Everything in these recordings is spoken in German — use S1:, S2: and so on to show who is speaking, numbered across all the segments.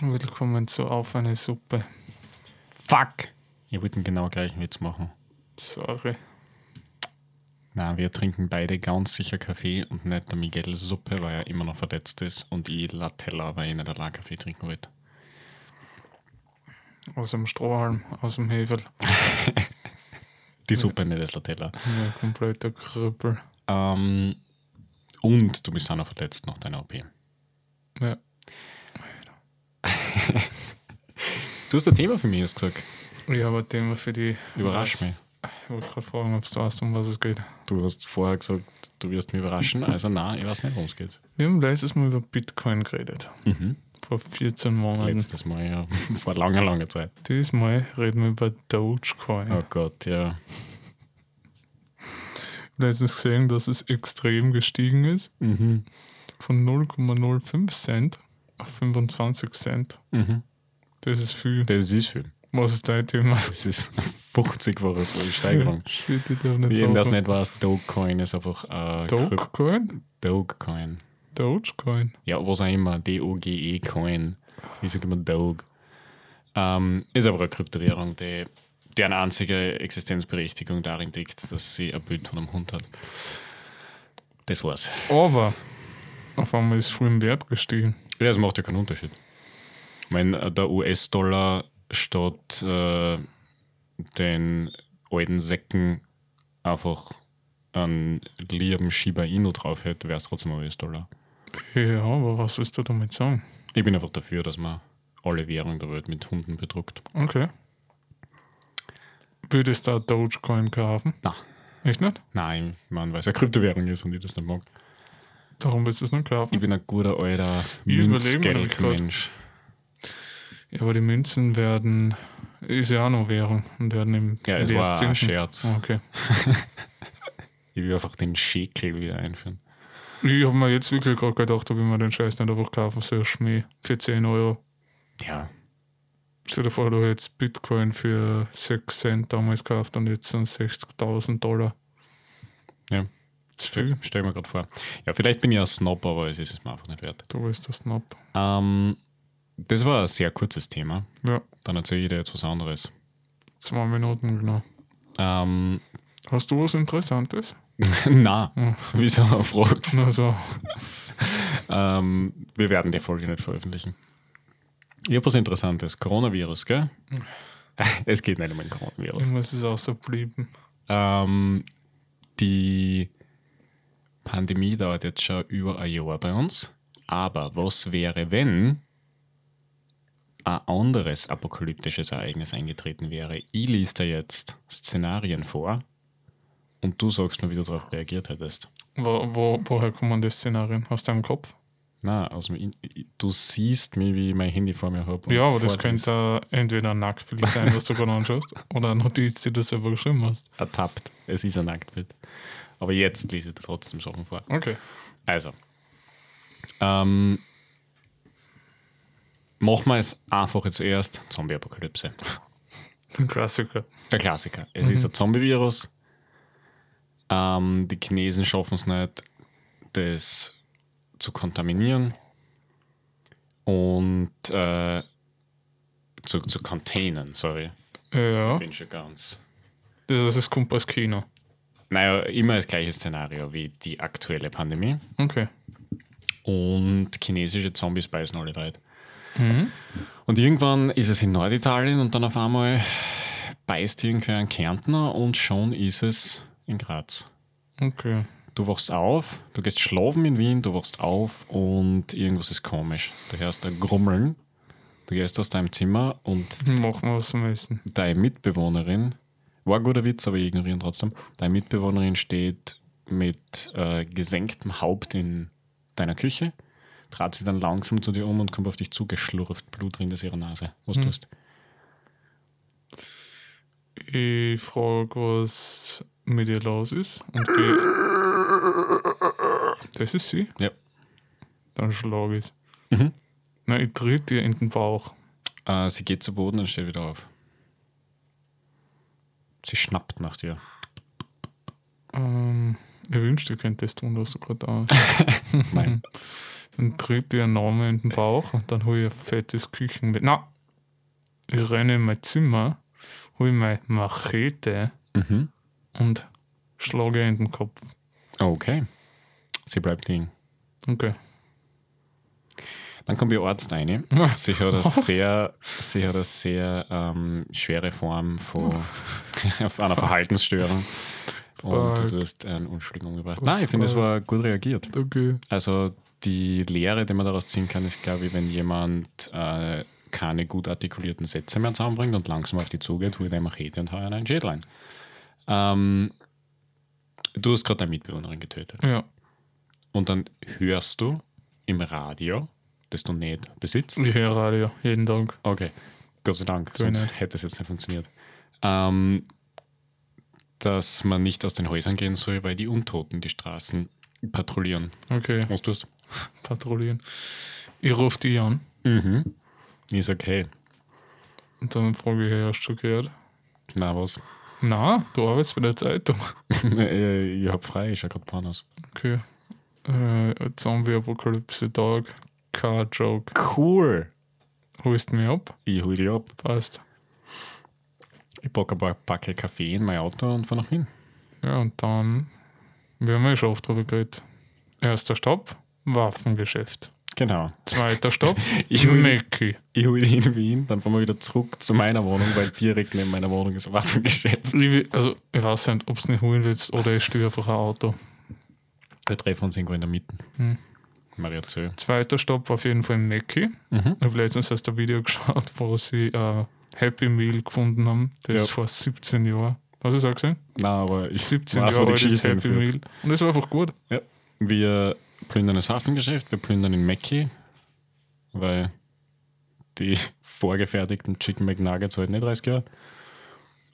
S1: Willkommen zu Auf eine Suppe.
S2: Fuck! Ich wollte den genau gleichen Witz machen.
S1: Sorry.
S2: Na, wir trinken beide ganz sicher Kaffee und nicht der Miguel Suppe, weil er immer noch verletzt ist und ich Latella, weil ich nicht allein Kaffee trinken wollte.
S1: Aus dem Strohhalm, aus dem Hevel.
S2: Die Suppe, nicht das Latella.
S1: Ja, kompletter Krüppel.
S2: Ähm, und du bist auch noch verletzt nach deiner OP.
S1: Ja.
S2: Du hast ein Thema für mich, hast du gesagt.
S1: Ich habe ein Thema für die.
S2: Überrasch mich.
S1: Ich wollte gerade fragen, ob du weißt, um was es geht.
S2: Du hast vorher gesagt, du wirst mich überraschen. Also na, ich weiß nicht, worum es geht.
S1: Wir haben letztes Mal über Bitcoin geredet.
S2: Mhm.
S1: Vor 14 Monaten.
S2: Letztes Mal, ja. Vor langer, langer Zeit.
S1: Diesmal reden wir über Dogecoin.
S2: Oh Gott, ja.
S1: Letztens gesehen, dass es extrem gestiegen ist.
S2: Mhm.
S1: Von 0,05 Cent auf 25 Cent.
S2: Mhm.
S1: Das ist viel.
S2: Das ist viel.
S1: Was ist dein Thema?
S2: Das ist 50-fache Steigerung.
S1: Shit, ich darf nicht
S2: Wenn das
S1: drauf.
S2: nicht weiß, Dogecoin ist einfach äh, Kryp-
S1: Dogecoin?
S2: Dogecoin.
S1: Dogecoin.
S2: Ja, was auch immer. D-O-G-E-Coin. Ich sage immer Doge. Ähm, ist aber eine Kryptowährung, die, deren einzige Existenzberechtigung darin liegt, dass sie ein Bild von einem Hund hat. Das war's.
S1: Aber auf einmal ist viel im Wert gestiegen.
S2: Ja, es macht ja keinen Unterschied. Wenn der US-Dollar statt äh, den alten Säcken einfach einen lieben Shiba Inu drauf hätte, wäre es trotzdem ein US-Dollar.
S1: Ja, aber was willst du damit sagen?
S2: Ich bin einfach dafür, dass man alle Währung der Welt mit Hunden bedruckt.
S1: Okay. Würdest du auch Dogecoin kaufen?
S2: Na.
S1: Echt nicht?
S2: Nein, man, weil es eine Kryptowährung ist und ich das nicht mag.
S1: Darum willst du es nicht
S2: Ich
S1: kaufen.
S2: bin ein guter alter
S1: Ich überleg mir nämlich grad.
S2: Münzgeldmensch.
S1: Ja, aber die Münzen werden, ist ja auch noch Währung und werden im
S2: Ja, es
S1: Wert
S2: war ein
S1: sinken. Ah,
S2: Scherz.
S1: Okay.
S2: Ich will einfach den Schekel wieder einführen.
S1: Ich habe mir jetzt wirklich gerade gedacht, ob ich mir den Scheiß nicht einfach kaufen soll, Schmäh, für 10 Euro.
S2: Ja,
S1: Stell dir vor, du hättest Bitcoin für 6 Cent damals gekauft und jetzt sind 60.000 Dollar.
S2: Ja.
S1: Das ist viel.
S2: stell, stell mir gerade vor. Ja, vielleicht bin ich ein Snob, aber es ist es mir einfach nicht wert.
S1: Du bist das Snob.
S2: Ähm, das war ein sehr kurzes Thema.
S1: Ja.
S2: Dann erzähle ich dir jetzt was anderes.
S1: Zwei Minuten, genau.
S2: Ähm,
S1: Hast du was Interessantes?
S2: na,
S1: Hm.
S2: wieso fragst du?
S1: Also,
S2: Ähm, wir werden die Folge nicht veröffentlichen. Ich habe was Interessantes. Coronavirus, gell? Es geht nicht um ein Coronavirus.
S1: ich muss es ausblieben.
S2: Ähm, die Pandemie dauert jetzt schon über ein Jahr bei uns. Aber was wäre, wenn ein anderes apokalyptisches Ereignis eingetreten wäre? Ich lese dir jetzt Szenarien vor und du sagst mir, wie du darauf reagiert hättest.
S1: Wo, wo, woher kommen die Szenarien? Aus deinem Kopf?
S2: Na, aus dem In du siehst mir, wie ich mein Handy vor mir habe.
S1: ja, aber das könnte äh, entweder ein Nacktbild sein, was du gerade anschaust, oder eine Notiz, die du selber geschrieben hast.
S2: ertappt. Es ist ein Nacktbild. Aber jetzt lese ich dir trotzdem Sachen vor.
S1: Okay.
S2: Also. Ähm, machen wir es einfach zuerst. Zombie-Apokalypse.
S1: Ein Klassiker.
S2: Der Klassiker. Es ist ein Zombie-Virus. Ähm, die Chinesen schaffen es nicht, das zu kontaminieren und äh, zu, zu containen, sorry.
S1: Ja,
S2: Bin schon ganz.
S1: das ist das Kompass Kino.
S2: Naja, immer das gleiche Szenario wie die aktuelle Pandemie.
S1: Okay.
S2: und chinesische Zombies beißen alle weit. Und irgendwann ist es in Norditalien und dann auf einmal beißt irgendwer einen Kärntner und schon ist es in Graz.
S1: Okay.
S2: Du wachst auf, du gehst schlafen in Wien, du wachst auf und irgendwas ist komisch. Du hörst ein Grummeln, du gehst aus deinem Zimmer und
S1: Machen wir was zum Essen.
S2: deine Mitbewohnerin, war ein guter Witz, aber ich ignoriere ihn trotzdem, deine Mitbewohnerin steht mit äh, gesenktem Haupt in deiner Küche, trat sie dann langsam zu dir um und kommt auf dich zugeschlurft, Blut rinnt aus ihrer Nase. Was tust
S1: Ich frage, was mit ihr los ist und gehe. Das ist sie?
S2: Ja.
S1: Dann schlage ich Na, ich tritt ihr in den Bauch.
S2: Äh, sie geht zu Boden und steht wieder auf. Sie schnappt nach dir.
S1: Ähm, ich wünschte, ihr könnt das tun, was du gerade da hast.
S2: Nein.
S1: Dann tritt ihr einen Arm in den Bauch und dann hole ich ein fettes Küchenmesser. Na, ich renne in mein Zimmer, hole meine Machete
S2: Mhm.
S1: und schlage ihr in den Kopf.
S2: Okay. Sie bleibt liegen.
S1: Okay.
S2: Dann kommt ihr Arzt rein. eh? Sie hat eine sehr, sie hat eine sehr ähm, schwere Form von einer Verhaltensstörung. Und
S1: Fuck.
S2: du hast einen Unschuldigen umgebracht. Nein, ich finde, es
S1: Fuck.
S2: war gut reagiert.
S1: Okay.
S2: Also die Lehre, die man daraus ziehen kann, ist, glaube ich, wenn jemand äh, keine gut artikulierten Sätze mehr zusammenbringt und langsam auf die zugeht, holt er eine Machete und hau ihr einen Schädel ein. Ähm, du hast gerade deine Mitbewohnerin getötet.
S1: Ja.
S2: Und dann hörst du im Radio, das du nicht besitzt.
S1: Ich höre Radio jeden Tag.
S2: Okay, Gott sei Dank,
S1: Tu ich
S2: sonst
S1: nicht.
S2: hätte es jetzt nicht funktioniert. Ähm, dass man nicht aus den Häusern gehen soll, weil die Untoten die Straßen patrouillieren.
S1: Okay.
S2: Was tust
S1: Patrouillieren. Ich rufe die an
S2: du? Mhm. Ist okay.
S1: und dann frage ich, hast du gehört?
S2: Na was?
S1: Na, du arbeitest bei der Zeitung.
S2: Äh, ich hab frei, ich schau grad Pornos.
S1: Okay. Äh, Zombie-Apokalypse Tag. Kein Joke.
S2: Cool!
S1: Holst mich ab?
S2: Ich hol dich ab.
S1: Passt.
S2: Ich pack ein paar Backel Kaffee in mein Auto und fahr nach Wien.
S1: Ja, und dann, wir haben ja schon oft drüber geredet. Erster Stopp, Waffengeschäft.
S2: Genau.
S1: Zweiter Stopp,
S2: Ich-
S1: Mickey.
S2: Ich hol dich in Wien, dann fahren wir wieder zurück zu meiner Wohnung, weil direkt neben meiner Wohnung ist ein Waffengeschäft.
S1: Ich will- Also, ich weiß nicht, ob es nicht holen willst oder ich stehe einfach ein Auto.
S2: Wir treffen uns irgendwo in der Mitte.
S1: Hm.
S2: Maria Zöll.
S1: Zweiter Stopp war auf jeden Fall Mackie.
S2: Mhm.
S1: Ich habe letztens erst ein Video geschaut, wo sie äh, Happy Meal gefunden haben. Das
S2: Ja.
S1: ist vor 17 Jahren. Hast du es auch gesehen?
S2: Nein, aber ich
S1: 17
S2: weiß, wo
S1: Jahre
S2: die
S1: altes
S2: Geschichte
S1: Happy
S2: hinführt.
S1: Meal. Und das war einfach gut.
S2: Wir plündern das Waffengeschäft, wir plündern in Mackie, weil die vorgefertigten Chicken McNuggets halt nicht 30 Jahre.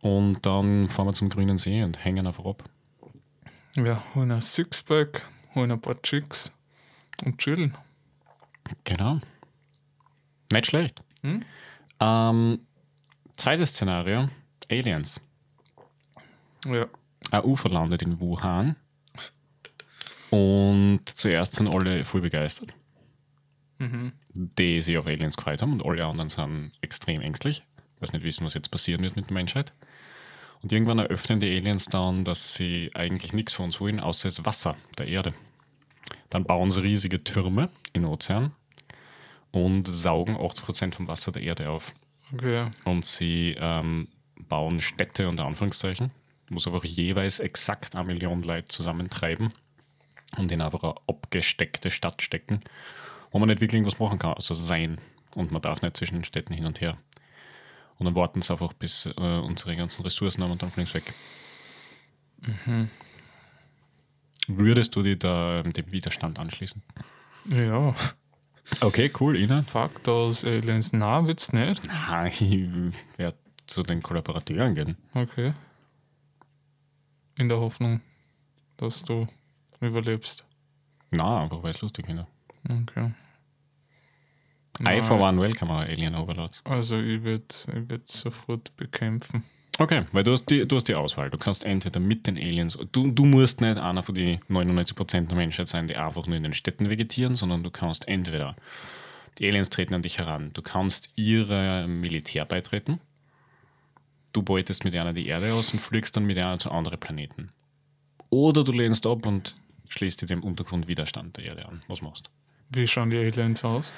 S2: Und dann fahren wir zum Grünen See und hängen einfach ab.
S1: Ja, holen ein Sixpack, holen ein paar Chicks und chillen.
S2: Genau. Nicht schlecht.
S1: Hm?
S2: Ähm, zweites Szenario: Aliens.
S1: Ja.
S2: Ein UFO landet in Wuhan. Und zuerst sind alle voll begeistert.
S1: Mhm.
S2: die sich auf Aliens gefreut haben und alle anderen sind extrem ängstlich, weil sie nicht wissen, was jetzt passieren wird mit der Menschheit. Und irgendwann eröffnen die Aliens dann, dass sie eigentlich nichts von uns wollen, außer das Wasser der Erde. Dann bauen sie riesige Türme in den Ozean und saugen 80% vom Wasser der Erde auf.
S1: Okay.
S2: Und sie ähm, bauen Städte unter Anführungszeichen, muss einfach jeweils exakt eine Million Leute zusammentreiben und in einfach eine abgesteckte Stadt stecken, wo man nicht wirklich irgendwas machen kann, außer sein. Und man darf nicht zwischen den Städten hin und her. Und dann warten sie einfach, bis äh, unsere ganzen Ressourcen haben und dann fliegen sie weg. Mhm. Würdest du dir da ähm, dem Widerstand anschließen?
S1: Ja.
S2: Okay, cool, Ina.
S1: Fakt aus Aliens. Na, wird's nicht.
S2: Nein, ich werde zu den Kollaborateuren gehen.
S1: Okay. In der Hoffnung, dass du überlebst.
S2: Na, einfach weil es lustig finde.
S1: Okay.
S2: I
S1: Nein,
S2: for one welcome our Alien Overlords.
S1: Also ich würde ich würd sofort bekämpfen.
S2: Okay, weil du hast, die, du hast die Auswahl. Du kannst entweder mit den Aliens, du, du musst nicht einer von den 99% der Menschheit sein, die einfach nur in den Städten vegetieren, sondern du kannst entweder, die Aliens treten an dich heran, du kannst ihre Militär beitreten, du beutest mit einer die Erde aus und fliegst dann mit einer zu anderen Planeten. Oder du lehnst ab und schließt dir dem Untergrundwiderstand der Erde an. Was machst du?
S1: Wie schauen die Aliens aus?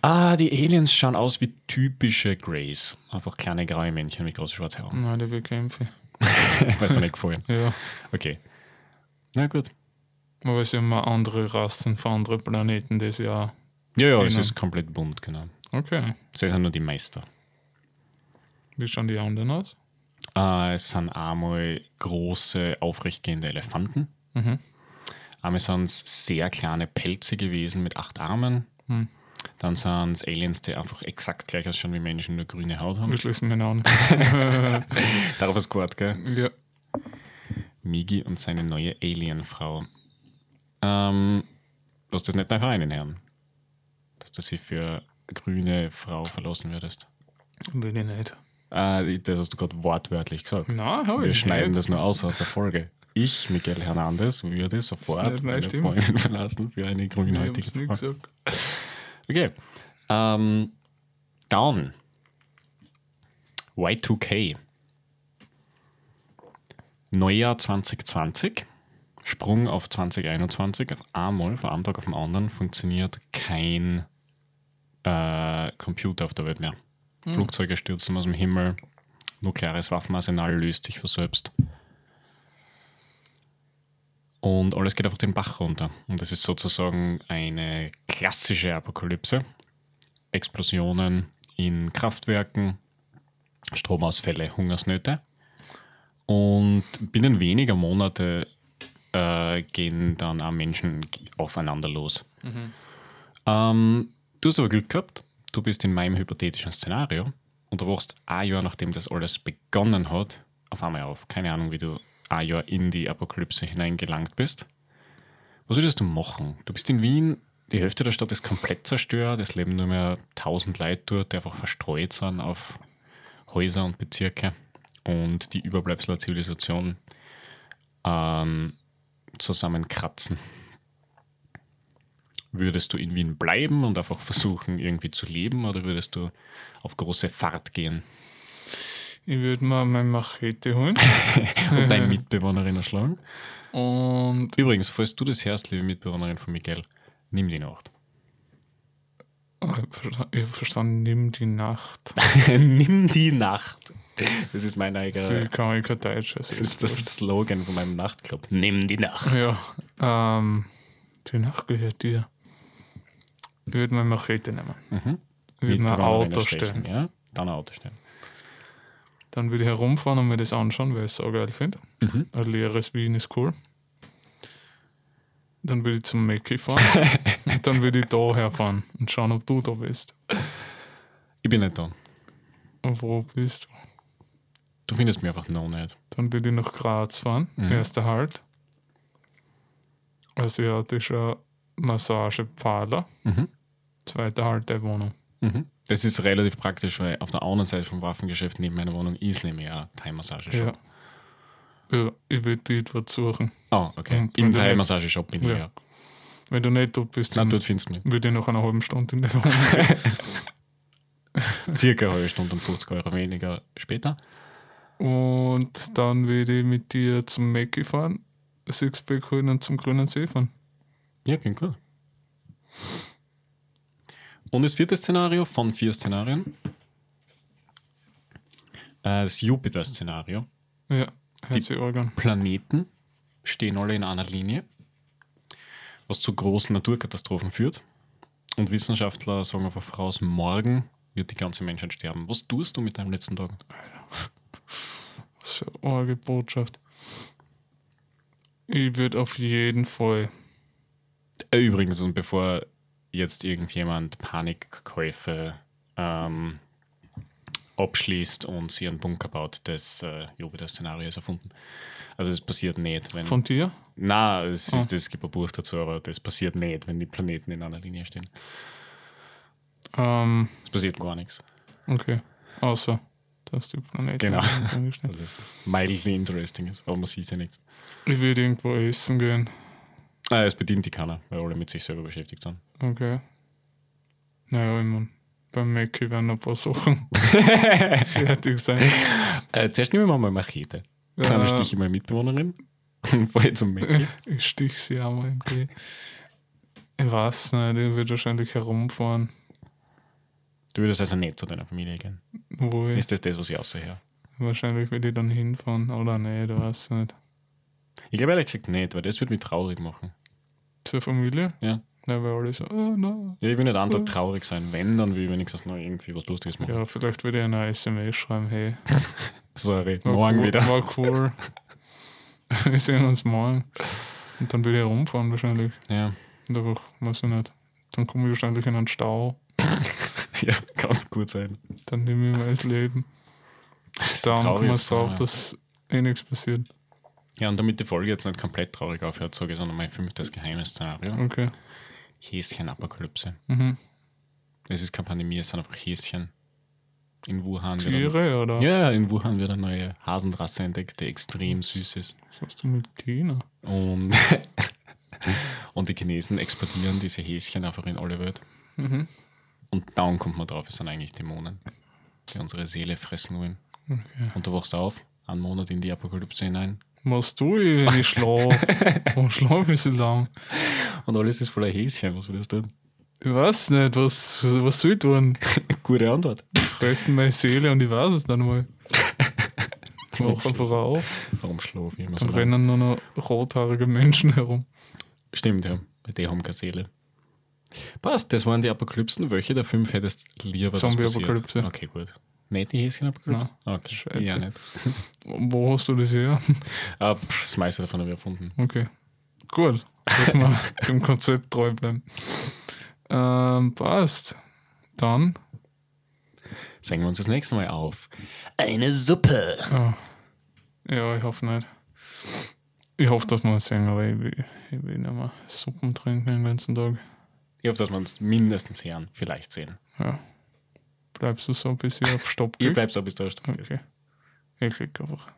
S2: Ah, die Aliens schauen aus wie typische Greys. Einfach kleine graue Männchen mit großen schwarzen Augen.
S1: Nein, die bekämpfe
S2: Weil es dir nicht gefallen.
S1: ich. Ja.
S2: Okay. Na gut.
S1: Aber es sind immer andere Rassen von anderen Planeten, das ja.
S2: Ja, ja, es
S1: Genau.
S2: ist komplett bunt, genau.
S1: Okay.
S2: Sie sind nur die Meister.
S1: Wie schauen die anderen aus?
S2: Ah, es sind einmal große, aufrechtgehende Elefanten.
S1: Mhm.
S2: Einmal sind es sehr kleine Pelze gewesen mit acht Armen.
S1: Hm.
S2: Dann sind es Aliens, die einfach exakt gleich ausschauen wie Menschen, nur grüne Haut haben.
S1: Wir schließen wir an.
S2: Darauf ist gut, gell?
S1: ja.
S2: Migi und seine neue Alienfrau. Ähm, lass das nicht einfach einen Herrn. Dass du sie für grüne Frau verlassen würdest.
S1: Will ich nicht.
S2: Ah, das hast du gerade wortwörtlich gesagt.
S1: Nein, hab
S2: Wir
S1: ich
S2: schneiden
S1: nicht.
S2: das nur aus aus der Folge. Ich, Miguel Hernandez, würde
S1: Das
S2: sofort
S1: ist nicht meine
S2: meine
S1: Stimme. um
S2: Freundin verlassen für eine
S1: Ich hab's
S2: grünhäutige
S1: nicht
S2: Frau.
S1: gesagt.
S2: Okay. Ähm, down. Y2K. Neujahr 2020. Sprung auf 2021. Auf einmal, von einem Tag auf den anderen, funktioniert kein äh, Computer auf der Welt mehr. Flugzeuge stürzen aus dem Himmel. Nukleares Waffenarsenal löst sich von selbst. Und alles geht einfach den Bach runter. Und das ist sozusagen eine klassische Apokalypse. Explosionen in Kraftwerken, Stromausfälle, Hungersnöte. Und binnen weniger Monate äh, gehen dann auch Menschen aufeinander los. Ähm, du hast aber Glück gehabt. Du bist in meinem hypothetischen Szenario und du wachst ein Jahr, nachdem das alles begonnen hat, auf einmal auf. Keine Ahnung, wie du ein Jahr in die Apokalypse hineingelangt bist. Was würdest du machen? Du bist in Wien, die Hälfte der Stadt ist komplett zerstört, es leben nur mehr 1000 Leute dort, die einfach verstreut sind auf Häuser und Bezirke und die Überbleibsel der Zivilisation ähm, zusammenkratzen würdest du in Wien bleiben und einfach versuchen, irgendwie zu leben oder würdest du auf große Fahrt gehen
S1: Ich würde mal meine Machete holen.
S2: und deine Mitbewohnerin erschlagen?
S1: Und
S2: Übrigens, falls du das hörst, liebe Mitbewohnerin von Miguel, nimm die Nacht.
S1: Ah, ich versta- ich hab verstanden, nimm die Nacht.
S2: nimm die Nacht. Das ist mein
S1: So,
S2: eigener.
S1: ich kann ich kein Deutsch. Also
S2: Das ist das Slogan von meinem Nachtclub. Nimm die Nacht.
S1: Ja, ähm, die Nacht gehört dir. Ich würde meine Machete nehmen. Ich würde mir ein
S2: Mitbewohnerin
S1: Auto
S2: erstechen,
S1: stellen.
S2: Ja? Dann ein Auto stellen.
S1: Dann würde ich herumfahren und mir das anschauen, weil ich es so geil finde. Ein leeres Wien ist cool. Dann würde ich zum Mäcki fahren. und dann würde ich da herfahren und schauen, ob du da bist.
S2: Ich bin nicht da.
S1: Und wo bist du?
S2: Du findest mich einfach noch nicht.
S1: Dann würde ich nach Graz fahren. Erster Halt. Also, Asiatischer Massagepfahler.
S2: Mhm.
S1: Zweiter Halt der Wohnung.
S2: Das ist relativ praktisch, weil auf der anderen Seite vom Waffengeschäft neben meiner Wohnung ist nämlich ein Thai-Massage-Shop.
S1: Ja. Also, ich würde die dort suchen.
S2: Ah, okay.
S1: Und wenn
S2: Im
S1: du nicht-
S2: Thai-Massage-Shop bin ich
S1: Ja.
S2: ja.
S1: Wenn du nicht dort bist,
S2: Nein,
S1: dann
S2: dort findest du mich.
S1: würde ich nach einer halben Stunde in der Wohnung.
S2: Circa eine halbe Stunde und 50 Euro weniger später.
S1: Und dann würde ich mit dir zum Mäcki fahren, Sixpack holen und zum Grünen See fahren.
S2: Ja, klingt gut. Und das vierte Szenario von vier Szenarien. Äh, Das Jupiter-Szenario.
S1: Ja, Herzeorgan.
S2: Planeten stehen alle in einer Linie, was zu großen Naturkatastrophen führt. Und Wissenschaftler sagen einfach voraus, morgen wird die ganze Menschheit sterben. Was tust du mit deinem letzten Tag?
S1: Was für eine arge Botschaft. Ich würde auf jeden Fall.
S2: Äh, Übrigens, und bevor jetzt irgendjemand Panikkäufe ähm, abschließt und sie einen Bunker baut, das äh, Jupiter-Szenario ist erfunden. Also es passiert nicht, wenn...
S1: Von dir?
S2: na, es, ist, es gibt ein Buch dazu, aber das passiert nicht, wenn die Planeten in einer Linie stehen.
S1: Ähm,
S2: Es passiert gar nichts.
S1: okay. Außer, dass die Planeten.
S2: Genau.
S1: Ich
S2: Also es mildly interesting ist, aber man sieht ja nichts.
S1: würde irgendwo essen gehen.
S2: Ah, es bedient die keiner, weil alle mit sich selber beschäftigt sind.
S1: Okay. Naja, ich mein, beim Mäcki werden ein paar Sachen fertig sein.
S2: Äh, zuerst nehmen wir mal Machete.
S1: Äh,
S2: Dann stich ich meine Mitbewohnerin und fahre zum Mäcki.
S1: Ich stich sie einmal im Knie. Ich weiß nicht, ich würde wahrscheinlich herumfahren.
S2: Du würdest also nicht zu deiner Familie gehen.
S1: Wo ich,
S2: Ist das das, was ich aussehe?
S1: wahrscheinlich würde ich dann hinfahren oder nicht, ich weiß nicht.
S2: Ich glaube ehrlich gesagt nicht, weil das würde mich traurig machen.
S1: Zur Familie?
S2: Ja.
S1: Nein, weil alle so, oh nein.
S2: Ja, ich will nicht am Tag traurig sein. Wenn, dann will ich wenigstens noch irgendwie was Lustiges machen.
S1: Mhm. Ja, vielleicht würde ich eine SMS schreiben, hey.
S2: Sorry,
S1: war
S2: morgen
S1: cool,
S2: wieder.
S1: War cool. Wir sehen uns morgen. Und dann würde ich herumfahren wahrscheinlich.
S2: Ja.
S1: Und einfach, weiß ich nicht. Dann komme ich wahrscheinlich in einen Stau.
S2: ja, kann gut sein.
S1: Dann nehme ich mein Leben.
S2: ein
S1: Dann kommen wir
S2: trauriges
S1: drauf,
S2: Thema.
S1: dass eh nichts passiert.
S2: Ja, und damit die Folge jetzt nicht komplett traurig aufhört, sage ich sondern mein fünftes geheimes Szenario.
S1: Okay.
S2: Häschen-Apokalypse.
S1: Mhm.
S2: Es ist keine Pandemie, es sind einfach Häschen. In Wuhan wird
S1: Tiere oder
S2: eine, ja, in Wuhan wird eine neue Hasenrasse entdeckt, die extrem
S1: Mhm.
S2: süß ist.
S1: was hast du mit China?
S2: Und, und die Chinesen exportieren diese Häschen einfach in alle Welt. Und dann kommt man drauf, es sind eigentlich Dämonen, die unsere Seele fressen wollen.
S1: Okay.
S2: Und du wachst auf, einen Monat in die Apokalypse hinein.
S1: Was tue ich, wenn ich schlafe? Warum schlafe ich so lang?
S2: Und alles ist voller Häschen, was willst du tun?
S1: Ich weiß nicht, was, was soll ich tun?
S2: Gute Antwort.
S1: Fressen meine Seele und ich weiß es dann mal. Ich wach einfach auf.
S2: Warum schlafe ich immer so
S1: Dann
S2: lange?
S1: rennen nur noch rothaarige Menschen herum.
S2: Stimmt, ja. Die haben keine Seele. Passt, das waren die Apokalypsen. Welche der fünf hättest lieber das passiert?
S1: Zombie-Apokalypse.
S2: Okay, gut. Nicht die Häschenopalypse? Okay,
S1: Scheiße.
S2: Ja, nicht.
S1: Wo hast du das her?
S2: Ah, pff, das meiste davon habe ich erfunden.
S1: Okay. Gut. Sollten wir dem Konzept treu bleiben. Ähm, passt. Dann.
S2: Sagen wir uns das nächste Mal auf.
S3: Eine Suppe.
S1: Oh. Ja, ich hoffe nicht. Ich hoffe, dass wir es sehen, aber ich will, ich will nicht mehr Suppen trinken den ganzen Tag.
S2: Ich hoffe, dass wir uns mindestens hören, vielleicht sehen.
S1: Ja. Bleibst du so, bis ich auf Stopp
S2: Ihr
S1: klicke?
S2: bleibt so bis da steht.
S1: Okay. Ich klicke einfach.